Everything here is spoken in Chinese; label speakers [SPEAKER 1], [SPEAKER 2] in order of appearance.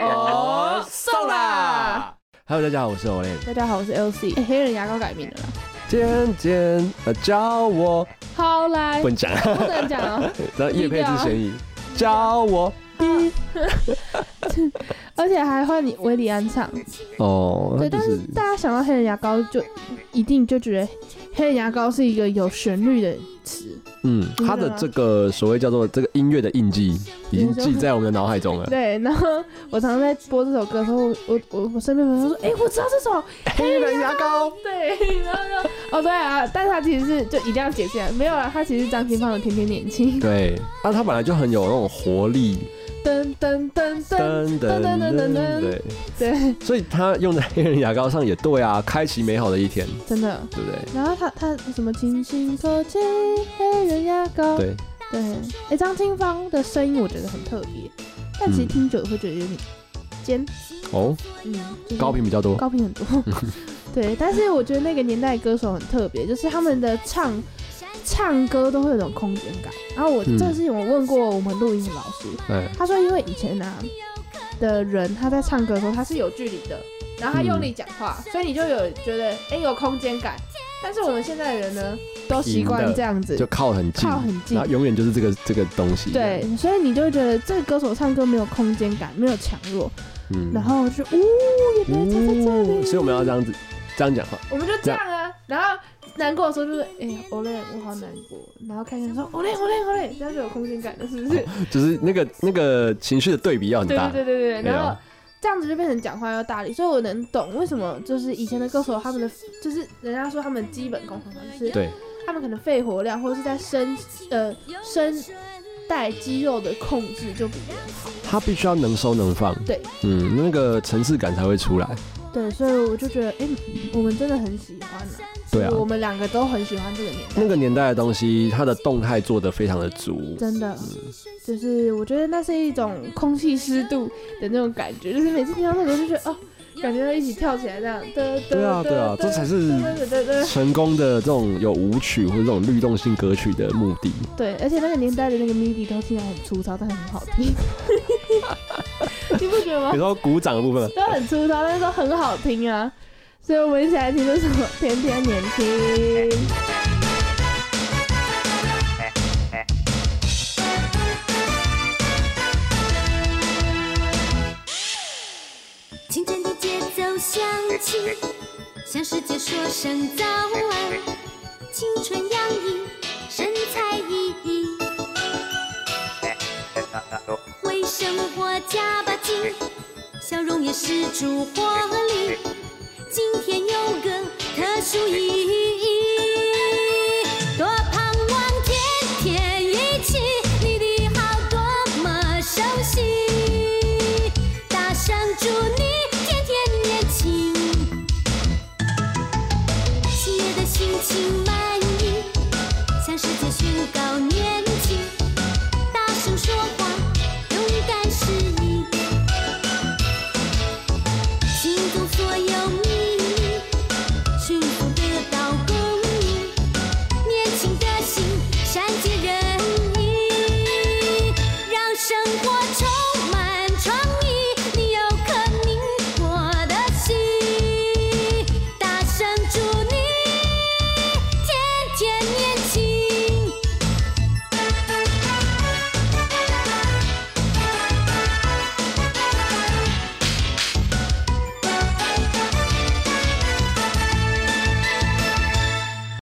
[SPEAKER 1] 哦 Hello，大家好，我是 Olay。
[SPEAKER 2] 大家好，我是 LC。哎、黑人牙膏改名了啦，
[SPEAKER 1] 尖尖呃教我
[SPEAKER 2] 好来
[SPEAKER 1] 不，能讲，
[SPEAKER 2] 不能讲哦。
[SPEAKER 1] 然后叶佩之神医教我
[SPEAKER 2] 而且还换你维里安唱，
[SPEAKER 1] 哦，
[SPEAKER 2] 对，
[SPEAKER 1] 那就
[SPEAKER 2] 但
[SPEAKER 1] 是是
[SPEAKER 2] 大家想到黑人牙膏就一定就觉得黑人牙膏是一个有旋律的词，
[SPEAKER 1] 嗯，
[SPEAKER 2] 你
[SPEAKER 1] 他的
[SPEAKER 2] 知道吗
[SPEAKER 1] 这个所谓叫做这个音乐的印记，已经记在我们的脑海中了。
[SPEAKER 2] 啊对。然后我常常在播这首歌的时候，我我我身边朋友说，哎、我知道这首，
[SPEAKER 1] 黑人牙膏，
[SPEAKER 2] 对，然后就哦对啊，但是他其实是就一定要解释啊，没有啊，他其实是张清芳的《天天年轻》，
[SPEAKER 1] 对，那他本来就很有那种活力，
[SPEAKER 2] 噔噔噔
[SPEAKER 1] 噔噔
[SPEAKER 2] 噔，噔噔噔
[SPEAKER 1] 噔
[SPEAKER 2] 噔
[SPEAKER 1] 噔，对，
[SPEAKER 2] 对，
[SPEAKER 1] 所以他用在黑人牙膏上也对啊，开启美好的一天，
[SPEAKER 2] 真的。
[SPEAKER 1] 对不对？
[SPEAKER 2] 然后他他什么清新可见黑人牙膏，
[SPEAKER 1] 对，
[SPEAKER 2] 对，哎、张清芳的声音我觉得很特别，但其实
[SPEAKER 1] 嗯
[SPEAKER 2] 听久了会觉得有点尖，
[SPEAKER 1] 哦，
[SPEAKER 2] 嗯，就是
[SPEAKER 1] 高频比较多，
[SPEAKER 2] 高频 很多。对，但是我觉得那个年代歌手很特别，就是他们的唱唱歌都会有种空间感。然后我、
[SPEAKER 1] 嗯
[SPEAKER 2] 这个事情我问过我们录音的老师，
[SPEAKER 1] 哎，
[SPEAKER 2] 他说因为以前啊的人他在唱歌的时候他是有距离的，然后他用力讲话，
[SPEAKER 1] 嗯
[SPEAKER 2] 所以你就有觉得哎、有空间感。但是我们现在的人呢，都习
[SPEAKER 1] 平
[SPEAKER 2] 惯
[SPEAKER 1] 的
[SPEAKER 2] 这样子
[SPEAKER 1] 就，靠很近，
[SPEAKER 2] 靠很近
[SPEAKER 1] 然后。永远就是这个这个东西。
[SPEAKER 2] 对，，所以你就会觉得这个歌手唱歌没有空间感，没有强弱，
[SPEAKER 1] 嗯
[SPEAKER 2] 然后就呜，原来他在这里，
[SPEAKER 1] 哦所以我们要这样子这样讲话，
[SPEAKER 2] 我们就这样啊，然后难过的时候就是，哎、呀，我累，我好难过，然后看见说，我累，我累，我累，这样就有空间感了，是不是？
[SPEAKER 1] 就是那个那个情绪的对比要很
[SPEAKER 2] 对
[SPEAKER 1] 大。
[SPEAKER 2] 对对对对，
[SPEAKER 1] 对啊
[SPEAKER 2] 然后这样子就变成讲话要大力，所以我能懂为什么就是以前的歌手他们的就是人家说他们基本功很好，就是
[SPEAKER 1] 对
[SPEAKER 2] 他们可能肺活量或者是在声呃声带肌肉的控制就比别人好，
[SPEAKER 1] 他必须要能收能放。
[SPEAKER 2] 对，
[SPEAKER 1] 嗯，那个层次感才会出来。
[SPEAKER 2] 对，所以我就觉得，哎、我们真的很喜欢啊，
[SPEAKER 1] 对啊
[SPEAKER 2] 我们两个都很喜欢这个年代，
[SPEAKER 1] 那个年代的东西，它的动态做得非常的足。
[SPEAKER 2] 真的，就是我觉得那是一种空气湿度的那种感觉，就是每次听到那个就觉得哦，感觉要一起跳起来这样，对
[SPEAKER 1] 对啊对啊，这才是
[SPEAKER 2] 对对对
[SPEAKER 1] 成功的这种有舞曲或者这种律动性歌曲的目的。
[SPEAKER 2] 对，而且那个年代的那个 MIDI 都听起来很粗糙，但很好听， 你不觉得吗
[SPEAKER 1] 有？时候鼓掌的部分，
[SPEAKER 2] 都很粗糙，但是都很好听啊，所以我们一起来听这首《天天年轻》。
[SPEAKER 3] 青春的节奏响起，向世界说声早安。青春洋溢，神采奕奕，为生活加把劲，笑容也是出活力。今天有个特殊意义，多盼望天天一起，你的好多么熟悉，大声祝你天天年轻，喜悦的心情满意，向世界宣告你